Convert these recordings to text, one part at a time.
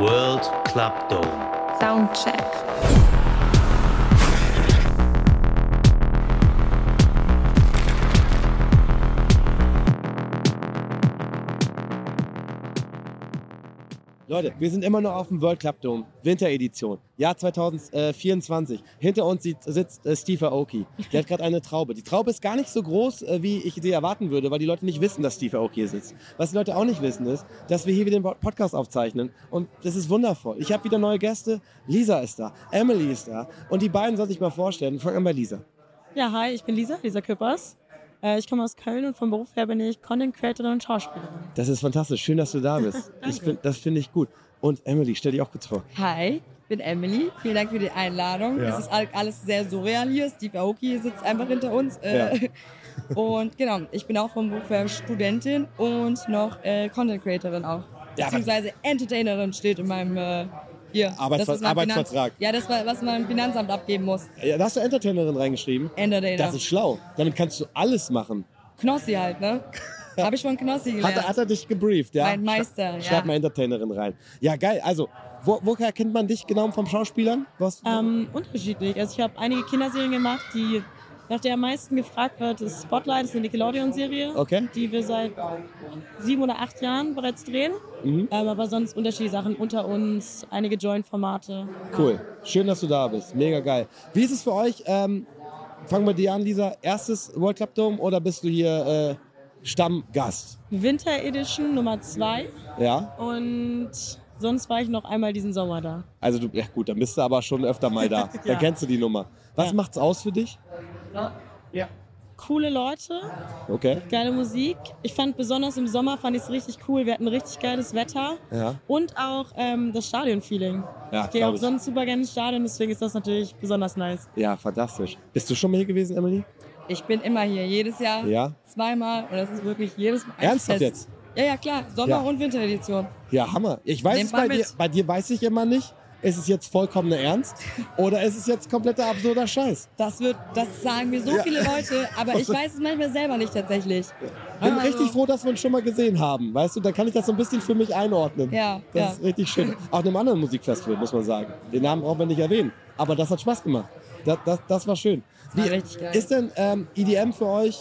World Club Dome. Soundcheck. Leute, wir sind immer noch auf dem World Club Dome, Winteredition, Jahr 2024. Hinter uns sieht- sitzt äh, Steve Aoki. Der hat gerade eine Traube. Die Traube ist gar nicht so groß, äh, wie ich sie erwarten würde, weil die Leute nicht wissen, dass Steve Aoki hier sitzt. Was die Leute auch nicht wissen, ist, dass wir hier wieder den Pod- Podcast aufzeichnen. Und das ist wundervoll. Ich habe wieder neue Gäste. Lisa ist da, Emily ist da. Und die beiden sollen sich mal vorstellen. Fangen wir bei Lisa. Ja, hi, ich bin Lisa, Lisa Küppers. Äh, Ich komme aus Köln und vom Beruf her bin ich Content Creatorin und Schauspielerin. Das ist fantastisch. Schön, dass du da bist. ich find, das finde ich gut. Und Emily, stell dich auch kurz vor. Hi, ich bin Emily. Vielen Dank für die Einladung. Ja. Es ist all- alles sehr surreal hier. Steve Aoki sitzt einfach hinter uns. Äh, Und genau, ich bin auch vom Beruf her Studentin und noch äh, Content Creatorin auch. Ja, aber- Beziehungsweise Entertainerin steht in meinem äh, hier. Arbeitsver- Das ist mein Finanz- Arbeitsvertrag. Ja, das, war- was man im Finanzamt abgeben muss. Ja, da hast du Entertainerin reingeschrieben. Entertainer. Das ist schlau. Damit kannst du alles machen. Knossi halt, ne? Habe ich von Knossi Hat, er- gelernt. hat er dich gebrieft, ja? Mein Meister, Schreib, ja. schreib mal Entertainerin rein. Ja, geil. Also, wo, woher kennt man dich genau vom Schauspielern? Was? Ähm, unterschiedlich. Also ich habe einige Kinderserien gemacht, die nach der am meisten gefragt wird, ist Spotlight, ist eine Nickelodeon-Serie, Okay. die wir seit sieben oder acht Jahren bereits drehen. Mhm. Ähm, aber sonst unterschiedliche Sachen unter uns, einige Joint-Formate. Cool. Schön, dass du da bist. Mega geil. Wie ist es für euch? Ähm, fangen wir dir an, Lisa. Erstes World Club Dome oder bist du hier äh, Stammgast? Winter Edition Nummer zwei Ja? und sonst war ich noch einmal diesen Sommer da. Also, du, ja gut, dann bist du aber schon öfter mal da. Dann Ja. kennst du die Nummer. Was macht's aus für dich? Coole Leute, Okay. geile Musik. Ich fand besonders im Sommer fand ich es richtig cool. Wir hatten richtig geiles Wetter Ja. und auch ähm, das Stadion-Feeling. Ja, Ich gehe glaub auch ich. sonst super gerne ins Stadion, deswegen ist das natürlich besonders nice. Ja, fantastisch. Bist du schon mal hier gewesen, Emily? Ich bin immer hier, jedes Jahr. Ja. Zweimal. Und das ist wirklich jedes Mal. ein Ernsthaft Fest. jetzt? Ja, ja, klar. Sommer- Ja. und Winteredition. Ja, Hammer. Ich weiß Nehmt es mal bei dir, mit. bei dir weiß ich immer nicht, ist es jetzt vollkommener Ernst oder ist es jetzt kompletter absurder Scheiß? Das wird, das sagen mir so Ja. viele Leute, aber ich weiß es manchmal selber nicht tatsächlich. Bin Also- richtig froh, dass wir uns schon mal gesehen haben, weißt du, dann kann ich das so ein bisschen für mich einordnen. Ja, Das ja. ist richtig schön. Auch einem anderen Musikfestival, muss man sagen. Den Namen brauchen wir nicht erwähnen. Aber das hat Spaß gemacht. Das, das, das war schön. war richtig geil. Ist denn ähm, EDM für euch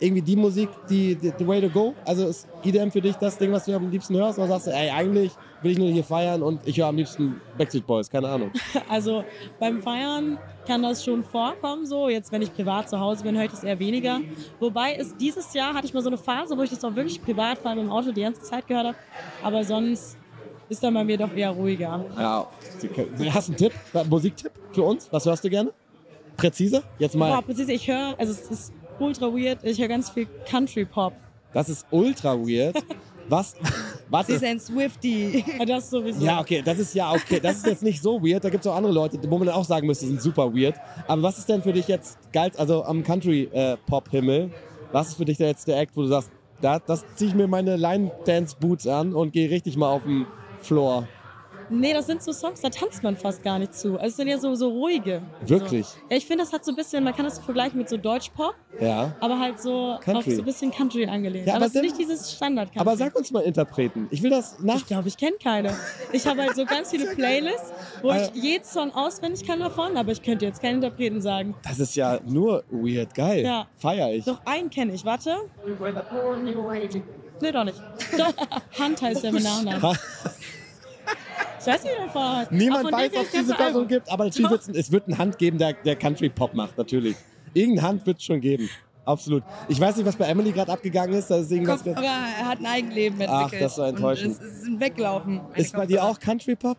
irgendwie die Musik, die, die the way to go? Also ist EDM für dich das Ding, was du am liebsten hörst? Oder sagst du, ey, eigentlich will ich nur hier feiern und ich höre am liebsten Backstreet Boys? Keine Ahnung. Also beim Feiern kann das schon vorkommen, so jetzt wenn ich privat zu Hause bin, höre ich das eher weniger. Wobei es dieses Jahr hatte ich mal so eine Phase, wo ich das auch wirklich privat, vor allem im Auto, die ganze Zeit gehört habe. Aber sonst ist dann bei mir doch eher ruhiger. Ja. Hast du einen Tipp, einen Musiktipp für uns? Was hörst du gerne? Präzise? Jetzt mal. Boah, präzise, ich höre, also es ist ultra weird, ich höre ganz viel Country-Pop. Das ist ultra weird. Was? Sie ist Warte. ein Swifty. Aber Das sowieso. Ja, okay, das ist ja okay. Das ist jetzt nicht so weird. Da gibt es auch andere Leute, wo man dann auch sagen müsste, sind super weird. Aber was ist denn für dich jetzt geil, also am Country-Pop-Himmel, was ist für dich da jetzt der Act, wo du sagst, da, das ziehe ich mir meine Line-Dance-Boots an und gehe richtig mal auf den Floor. Nee, das sind so Songs, da tanzt man fast gar nicht zu. Also es sind ja so, so ruhige. Wirklich? So. Ja, ich finde, das hat so ein bisschen, man kann das vergleichen mit so Deutschpop, Ja. aber halt so auf Country. so ein bisschen Country angelehnt. Ja, aber aber es ist dann- nicht dieses Standard-Country. Aber sag uns mal Interpreten. Ich will das nach. Ich glaube, ich kenne keine. Ich habe halt so ganz viele Playlists, wo ich Äh. jeden Song auswendig kann davon, aber ich könnte jetzt keinen Interpreten sagen. Das ist ja nur weird. Geil. Ja. Feier ich. Doch einen kenne ich, warte. Nee, doch nicht. Doch, Hand heißt der mit Nachnamen. Ha, Ich weiß nicht, wer war. Niemand Aber von weiß, dem ob es kenn ich diese ganze Person Album. gibt, aber natürlich wird's, es wird eine Hand geben, der, der Country Pop macht, natürlich. Irgendeine Hand wird es schon geben. Absolut. Ich weiß nicht, was bei Emily gerade abgegangen ist. Da ist irgendwas Kopfhörer er hat ein Eigenleben Ach, entwickelt. das war enttäuschend. Und es ist ein Weglaufen. ist bei dir auch Country Pop?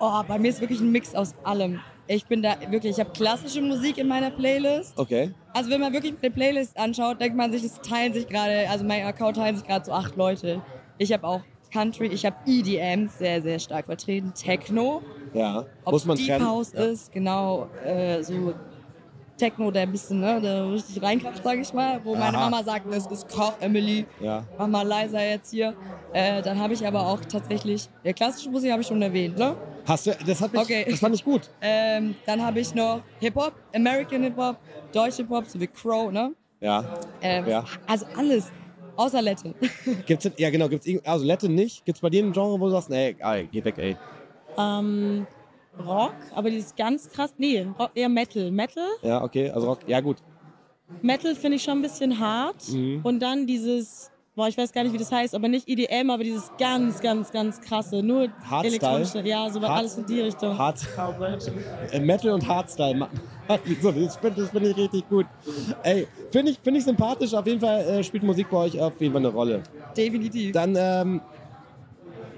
Oh, bei mir ist wirklich ein Mix aus allem. Ich bin da wirklich, ich habe klassische Musik in meiner Playlist. Okay. Also wenn man wirklich eine Playlist anschaut, denkt man sich, es teilen sich gerade, also mein Account teilen sich gerade so acht Leute. Ich habe auch Country, ich habe EDM sehr, sehr stark vertreten, Techno, Ja. ob Muss man Deep trennen. House ist, genau, äh, so Techno, der ein bisschen ne, der richtig reinklappt, sage ich mal, wo meine Aha. Mama sagt, das ist Koch, Emily, Ja. mach mal leiser jetzt hier. Äh, dann habe ich aber auch tatsächlich, ja, klassische Musik habe ich schon erwähnt, ne? Hast du, das hat mich, Okay. das fand ich gut. Ähm, dann habe ich noch Hip-Hop, American Hip-Hop, deutsche Hip-Hop, so wie Crow, ne? Ja. Ähm, Ja. Also alles, außer Lette. Gibt's, denn- ja, genau. Gibt's, irgend- also Lette nicht. Gibt's bei dir ein Genre, wo du sagst, nee, ey, geh weg, ey. Ähm, Rock, aber dieses ganz krass, nee, Rock, eher Metal. Metal, Ja, okay. Also Rock. Ja, gut. Metal finde ich schon ein bisschen hart. Mhm. Und dann dieses, boah, ich weiß gar nicht, wie das heißt, aber nicht EDM, aber dieses ganz, ganz, ganz krasse, nur Hardstyle? elektronische, ja, so Hard- alles in die Richtung. Hard. Äh, Metal und Hardstyle. ma- So, das finde das find ich richtig gut. Ey, finde ich, find ich sympathisch. Auf jeden Fall äh, spielt Musik bei euch auf jeden Fall eine Rolle. Definitiv. Dann ähm,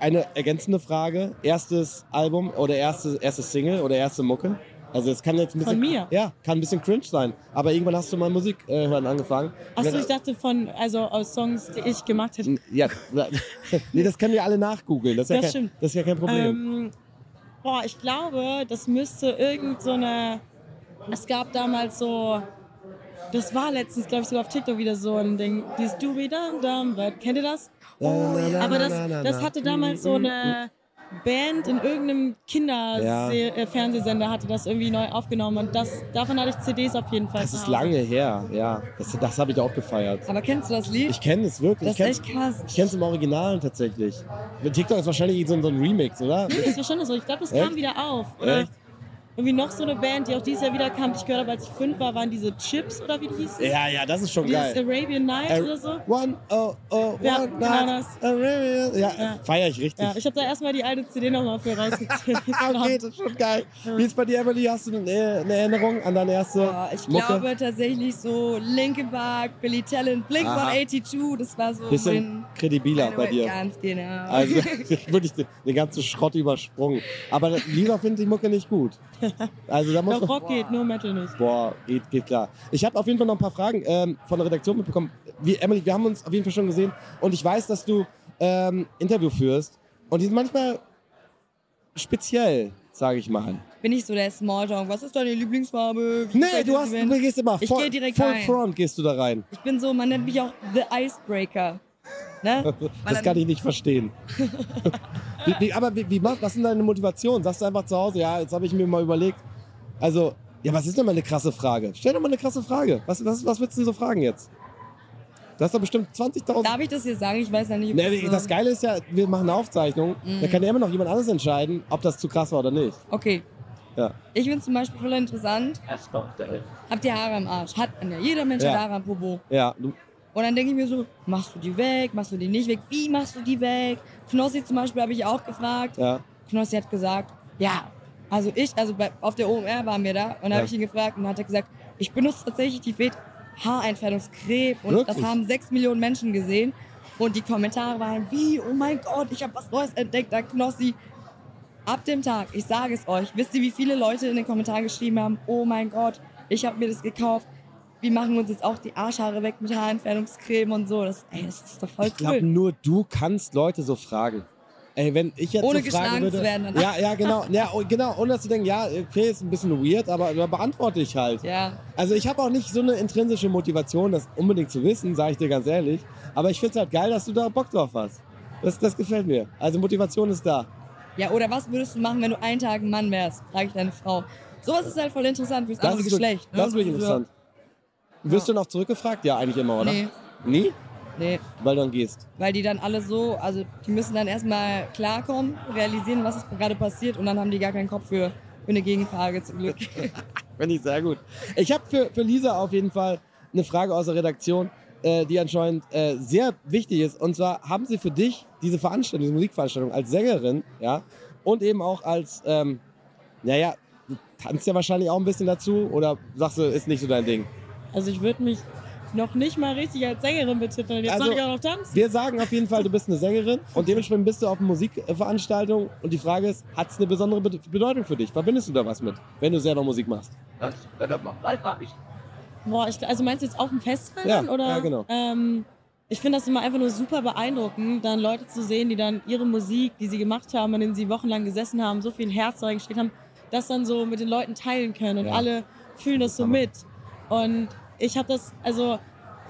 eine ergänzende Frage. Erstes Album oder erste, erste Single oder erste Mucke? Also es kann jetzt ein bisschen... Von mir? Ja, kann ein bisschen cringe sein. Aber irgendwann hast du mal Musik äh, hören angefangen. Achso, ich dachte von, also aus Songs, die ich gemacht hätte. ja, nee, das können wir alle nachgoogeln. Das ist, Das ja, kein, stimmt. das ist ja kein Problem. Ähm, boah, ich glaube, das müsste irgend so eine. Es gab damals so. Das war letztens, glaube ich, sogar auf TikTok wieder so ein Ding. Dieses Doobie Dum Dum Bird. Kennt ihr das? Na, na, na, oh, na, Aber das, na, na, das na. hatte damals so Mhm. eine Band in irgendeinem Ja. Kinderfernsehsender hatte das irgendwie neu aufgenommen. Und das, davon hatte ich CDs auf jeden Fall. Das zu ist Hause. lange her, ja. Das, das habe ich auch gefeiert. Aber kennst du das Lied? Ich kenne es wirklich. das ich ist echt krass. kenne es im Original tatsächlich. TikTok ist wahrscheinlich so ein, so ein Remix, oder? Das war schon so. Ich glaube, das Echt? kam wieder auf. Oder Echt? irgendwie noch so eine Band, die auch dieses Jahr wieder kam. Ich gehört habe, als ich fünf war, waren diese Chips oder wie die hießen. Ja, ja, das ist schon Dieses geil. Arabian Night Ar- oder so. One, oh, oh, Ja, one, genau night, das. Arabia. Ja, Ja. feiere ich richtig. Ja, ich habe da erstmal die alte CD nochmal für rausgezählt. Ah, okay, das ist schon geil. Wie ist bei dir, Emily? Hast du eine, eine Erinnerung an deine erste Ja, ich Mucke? glaube tatsächlich so Linkin Park, Billy Talent, Blink Aha. 182, das war so Bisschen kredibiler mein bei dir. Ganz genau. Also würde ich den, den ganzen Schrott übersprungen. Aber Lisa findet die Mucke nicht gut. Also da muss Doch man, Rock geht, nur Metal nicht. Boah, geht, geht klar. Ich habe auf jeden Fall noch ein paar Fragen ähm, von der Redaktion mitbekommen. Wir, Emily, wir haben uns auf jeden Fall schon gesehen und ich weiß, dass du ähm, Interview führst und die sind manchmal speziell, sage ich mal. Bin ich so der Smalltalk. Was ist deine Lieblingsfarbe? Wie Nee, seid du, ihr hast, gewesen? du gehst immer Ich voll, geh direkt voll rein. front gehst du da rein. Ich bin so, man nennt mich auch The Icebreaker. Ne? Das kann ich nicht verstehen. wie, wie, aber wie, wie macht, was sind deine Motivationen? Sagst du einfach zu Hause, ja, jetzt habe ich mir mal überlegt. Also, ja, was ist denn mal eine krasse Frage? Stell doch mal eine krasse Frage. Was, was, was willst du denn so fragen jetzt? Du hast doch bestimmt 20.000 Darf ich das hier sagen? Ich weiß ja nicht, ob Nee, so- Mhm. das Geile ist ja, wir machen eine Aufzeichnung. Da kann ja immer noch jemand anderes entscheiden, ob das zu krass war oder nicht. Okay. Ja. Ich finde zum Beispiel voll interessant. Habt ihr Haare am Arsch? Hat man ja. Jeder Mensch Ja. hat Haare am Popo. Ja, du, Und dann denke ich mir so, machst du die weg, machst du die nicht weg? Wie machst du die weg? Knossi zum Beispiel habe ich auch gefragt. ja. Knossi hat gesagt, ja. Also ich, also bei, auf der OMR waren wir da und da Ja. habe ich ihn gefragt und hat er gesagt, ich benutze tatsächlich die Fed Haarentfernungscreme und Wirklich? das haben sechs Millionen Menschen gesehen. Und die Kommentare waren wie, oh mein Gott, ich habe was Neues entdeckt, da Knossi. Ab dem Tag, ich sage es euch, wisst ihr, wie viele Leute in den Kommentaren geschrieben haben, oh mein Gott, ich habe mir das gekauft. Wir machen uns jetzt auch die Arschhaare weg mit Haarentfernungscreme und so. Das, ey, das ist doch voll Ich glaube, cool. nur du kannst Leute so fragen. Ey, wenn ich jetzt Ohne so fragen geschlagen würde, zu werden danach. Ja, ja, genau. Ja, oh, genau, ohne dass du denkst, ja, okay, ist ein bisschen weird, aber aber beantworte ich halt. Ja, Also ich habe auch nicht so eine intrinsische Motivation, das unbedingt zu wissen, sage ich dir ganz ehrlich. Aber ich finde es halt geil, dass du da Bock drauf hast. Das, das gefällt mir. Also Motivation ist da. Ja, oder was würdest du machen, wenn du einen Tag ein Mann wärst? Frage ich deine Frau. Sowas ist halt voll interessant fürs Das andere ist Geschlecht. ne? Also, Das ist wirklich interessant. Wirst du noch zurückgefragt? Ja, eigentlich immer, oder? Nee. Nie? Nee, Weil du dann gehst. weil die dann alle so, also die müssen dann erstmal klarkommen, realisieren, was ist gerade passiert und dann haben die gar keinen Kopf für, für eine Gegenfrage zum Glück. Finde ich sehr gut. Ich habe für, für Lisa auf jeden Fall eine Frage aus der Redaktion, äh, die anscheinend äh, sehr wichtig ist. Und zwar haben sie für dich diese Veranstaltung, diese Musikveranstaltung als Sängerin, ja, und eben auch als, ähm, naja, du tanzt ja wahrscheinlich auch ein bisschen dazu oder sagst du, ist nicht so dein Ding? Also ich würde mich noch nicht mal richtig als Sängerin betiteln. Jetzt Also- soll ich auch noch tanzen. Wir sagen auf jeden Fall, du bist eine Sängerin und dementsprechend bist du auf einer Musikveranstaltung. Und die Frage ist, hat es eine besondere Be Bedeutung für dich? Verbindest du da was mit, wenn du selber Musik machst? Boah, ich, also meinst du jetzt auf dem Festival? Ja, oder? ja, genau. Ähm, ich finde das immer einfach nur super beeindruckend, dann Leute zu sehen, die dann ihre Musik, die sie gemacht haben, an denen sie wochenlang gesessen haben, so viel Herz reingesteckt haben, das dann so mit den Leuten teilen können und Ja. alle fühlen das so mit. Und ich habe das, also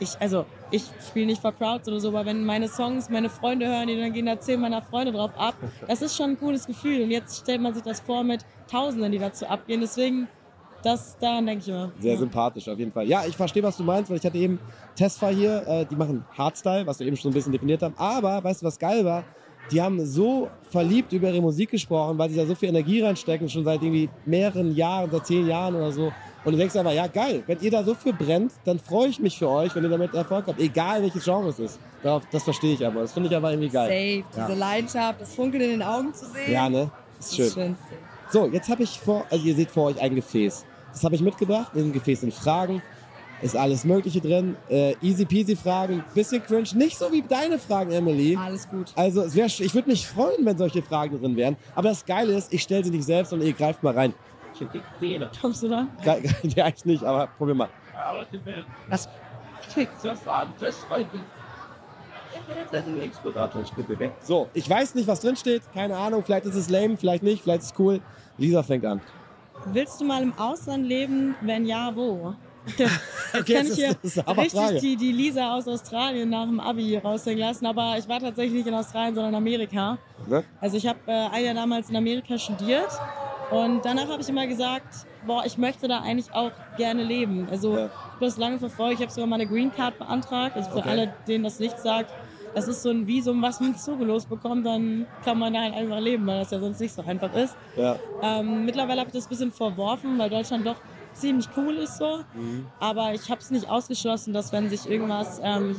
ich, also ich spiele nicht vor Crowds oder so, aber wenn meine Songs meine Freunde hören, die dann gehen da zehn meiner Freunde drauf ab, das ist schon ein cooles Gefühl. Und jetzt stellt man sich das vor mit Tausenden, die dazu abgehen. Deswegen, das daran denke ich immer. Sehr Ja. sympathisch auf jeden Fall. Ja, ich verstehe, was du meinst, weil ich hatte eben Tesfa hier, äh, die machen Hardstyle, was wir eben schon ein bisschen definiert haben. Aber weißt du, was geil war? Die haben so verliebt über ihre Musik gesprochen, weil sie da so viel Energie reinstecken, schon seit irgendwie mehreren Jahren, seit zehn Jahren oder so. Und du denkst einfach, ja geil, wenn ihr da so für brennt, dann freue ich mich für euch, wenn ihr damit Erfolg habt, egal welches Genre es ist. Darauf, das verstehe ich aber, das finde ich aber irgendwie geil. Safe, diese Ja. Leidenschaft, das Funkeln in den Augen zu sehen. Ja, ne? das Ist ist schön. das Schönste. So, jetzt habe ich vor, also ihr seht vor euch ein Gefäß. Das habe ich mitgebracht. In dem Gefäß sind Fragen, ist alles Mögliche drin. Äh, easy peasy Fragen, bisschen cringe, nicht so wie deine Fragen, Emily. Alles gut. Also es wär, sch- ich würde mich freuen, wenn solche Fragen drin wären. Aber das Geile ist, ich stelle sie nicht selbst, sondern ihr greift mal rein. Kommst du da? Gre- gre- Ja, ich nicht, aber probier mal. Das kriegt zur Fahrt des Freundes. So, ich weiß nicht, was drin steht. Keine Ahnung, vielleicht ist es lame, vielleicht nicht, vielleicht ist es cool. Lisa fängt an. Willst du mal im Ausland leben? Wenn ja, wo? Jetzt Okay, kann das ist- ich hier das ist eine aber Frage. richtig die, die Lisa aus Australien nach dem Abi hier raushängen lassen, aber ich war tatsächlich nicht in Australien, sondern in Amerika. Ne? Also ich habe äh, ein Jahr damals in Amerika studiert und danach habe ich immer gesagt, boah, ich möchte da eigentlich auch gerne leben. Also Ja. ich habe das lange verfolgt, ich habe sogar meine Green Card beantragt, also für Okay. alle, denen das nichts sagt. Das ist so ein Visum, was man zugelost bekommt, dann kann man da halt einfach leben, weil das ja sonst nicht so einfach ist. Ja. Ähm, mittlerweile habe ich das ein bisschen verworfen, weil Deutschland doch ziemlich cool ist so. Mhm. Aber ich habe es nicht ausgeschlossen, dass wenn sich irgendwas ähm,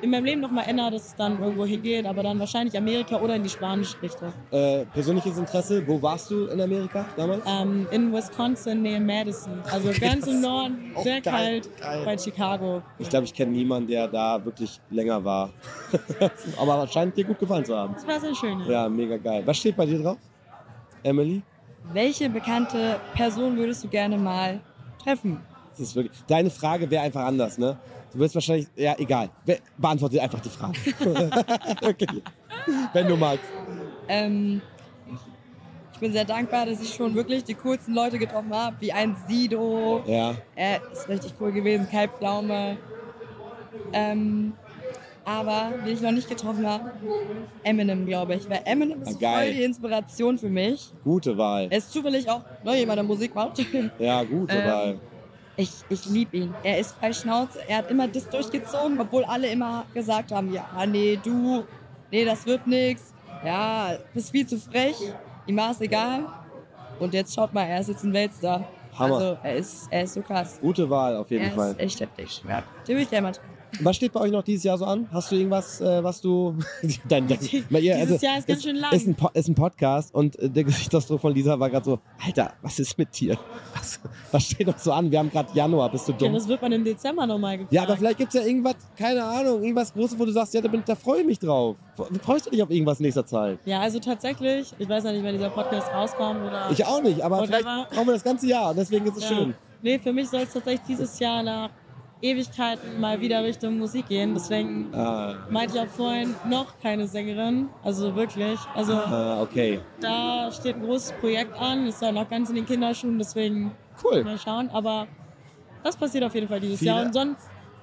in meinem Leben nochmal ändert, dass es dann irgendwo hingeht, aber dann wahrscheinlich Amerika oder in die spanische Richtung. Äh, persönliches Interesse, wo warst du in Amerika damals? Ähm, in Wisconsin, nähe Madison. Also ganz im Norden, auch sehr geil, kalt, geil. bei Chicago. Ich glaube, ich kenne niemanden, der da wirklich länger war. Aber scheint dir gut gefallen zu haben. Das war sehr schön. Ja, mega geil. Was steht bei dir drauf, Emily? Welche bekannte Person würdest du gerne mal treffen? Das ist wirklich. Deine Frage wäre einfach anders, ne? Du wirst wahrscheinlich. Ja, egal. Wer- Beantworte einfach die Frage. okay. Wenn du magst. Ähm, ich bin sehr dankbar, dass ich schon wirklich die coolsten Leute getroffen habe, wie ein Sido. Ja. Er ist richtig cool gewesen, Kai Pflaume. Ähm, aber wen ich noch nicht getroffen habe, Eminem, glaube ich. Weil Eminem ist Ah, geil. voll die Inspiration für mich. Gute Wahl. Er ist zufällig auch noch jemand, der Musik macht. Ja, gute Ähm, Wahl. Ich, ich liebe ihn. Er ist frei Schnauze. Er hat immer das durchgezogen, obwohl alle immer gesagt haben, ja, ah, nee, du, nee, das wird nix. Ja, bist viel zu frech. Ihm war es egal. Und jetzt schaut mal, er ist jetzt ein Weltstar. Hammer. Also er ist, er ist so krass. Gute Wahl auf jeden Er Fall. ist echt heftig. Ja. Den will ich gerne mal treffen. Was steht bei euch noch dieses Jahr so an? Hast du irgendwas, äh, was du. dein, dein, bei ihr, also Dieses Jahr ist ganz schön lang. Ist ein, Po- ist ein Podcast und äh, der Gesichtsausdruck von Lisa war gerade so: Alter, was ist mit dir? Was, was steht noch so an? Wir haben gerade Januar, bist du Ja, dumm? das wird man im Dezember nochmal gefragt. Ja, aber vielleicht gibt es ja irgendwas, keine Ahnung, irgendwas Großes, wo du sagst: Ja, da, bin- da freue ich mich drauf. Freust du dich auf irgendwas in nächster Zeit? Ja, also tatsächlich, ich weiß ja nicht, wenn dieser Podcast rauskommt oder. Ich auch nicht, aber Oder vielleicht war- brauchen wir das ganze Jahr und deswegen ist es schön. Nee, für mich soll es tatsächlich dieses Jahr nach Ewigkeiten mal wieder Richtung Musik gehen. Deswegen Ah, meinte ich auch vorhin noch keine Sängerin. Also wirklich. Also ah, okay. da steht ein großes Projekt an. Ist ja noch ganz in den Kinderschuhen, deswegen Cool. mal schauen. Aber das passiert auf jeden Fall dieses Viele- Jahr. Und sonst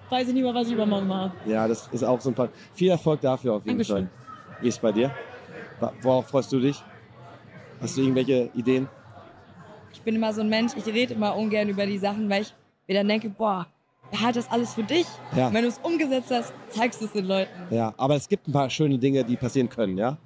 weiß ich nicht mehr, was ich übermorgen mache. Ja, das ist auch so ein paar. Viel Erfolg dafür auf jeden Dankeschön. Fall. Wie ist es bei dir? Wa- Worauf freust du dich? Hast du irgendwelche Ideen? Ich bin immer so ein Mensch, ich rede immer ungern über die Sachen, weil ich mir dann denke, boah, er hat das alles für dich. Ja. Und wenn du es umgesetzt hast, zeigst du es den Leuten. Ja, aber es gibt ein paar schöne Dinge, die passieren können, ja?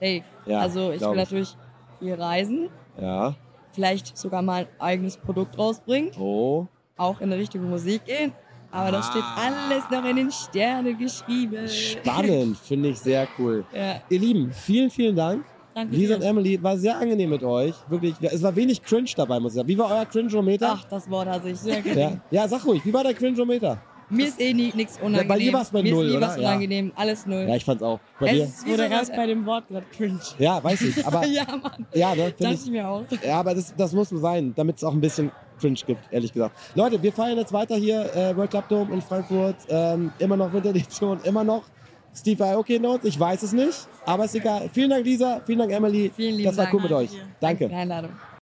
Safe. Ja, also ich glaub will ich. natürlich viel reisen, Ja. vielleicht sogar mal ein eigenes Produkt rausbringen. Oh. auch in Richtung Musik gehen. Aber das steht alles noch in den Sternen geschrieben. Ah. Spannend, finde ich sehr cool. Ja. Ihr Lieben, vielen, vielen Dank. Danke Lisa und dir. Emily, war sehr angenehm mit euch. Wirklich, es war wenig Cringe dabei, muss ich sagen. Wie war euer Cringe-O-Meter? Ach, das Wort hasse ich sehr gerne. Ja. ja, sag ruhig, wie war der Cringe-O-Meter? Mir ist eh nie nichts unangenehm. bei dir war's bei Mir null, ist nie oder? was Ja. unangenehm. Alles null. Ja, ich fand's auch. Bei dir? es ist wie so Wurde erst äh, was, bei dem Wort gerade cringe. Ja, weiß ich. Aber ja, ja, Mann. ne, find Dachte ich, ich mir auch. ja aber das, das muss sein, damit es auch ein bisschen cringe gibt, ehrlich gesagt. Leute, wir feiern jetzt weiter hier, äh, World Club Dome in Frankfurt. Ähm, immer noch Winteredition, immer noch Steve Aoki Notes. Ich weiß es nicht, aber ist egal. Vielen Dank, Lisa. Vielen Dank, Emily. Vielen lieben das war Dank. cool mit euch. Danke für die Einladung.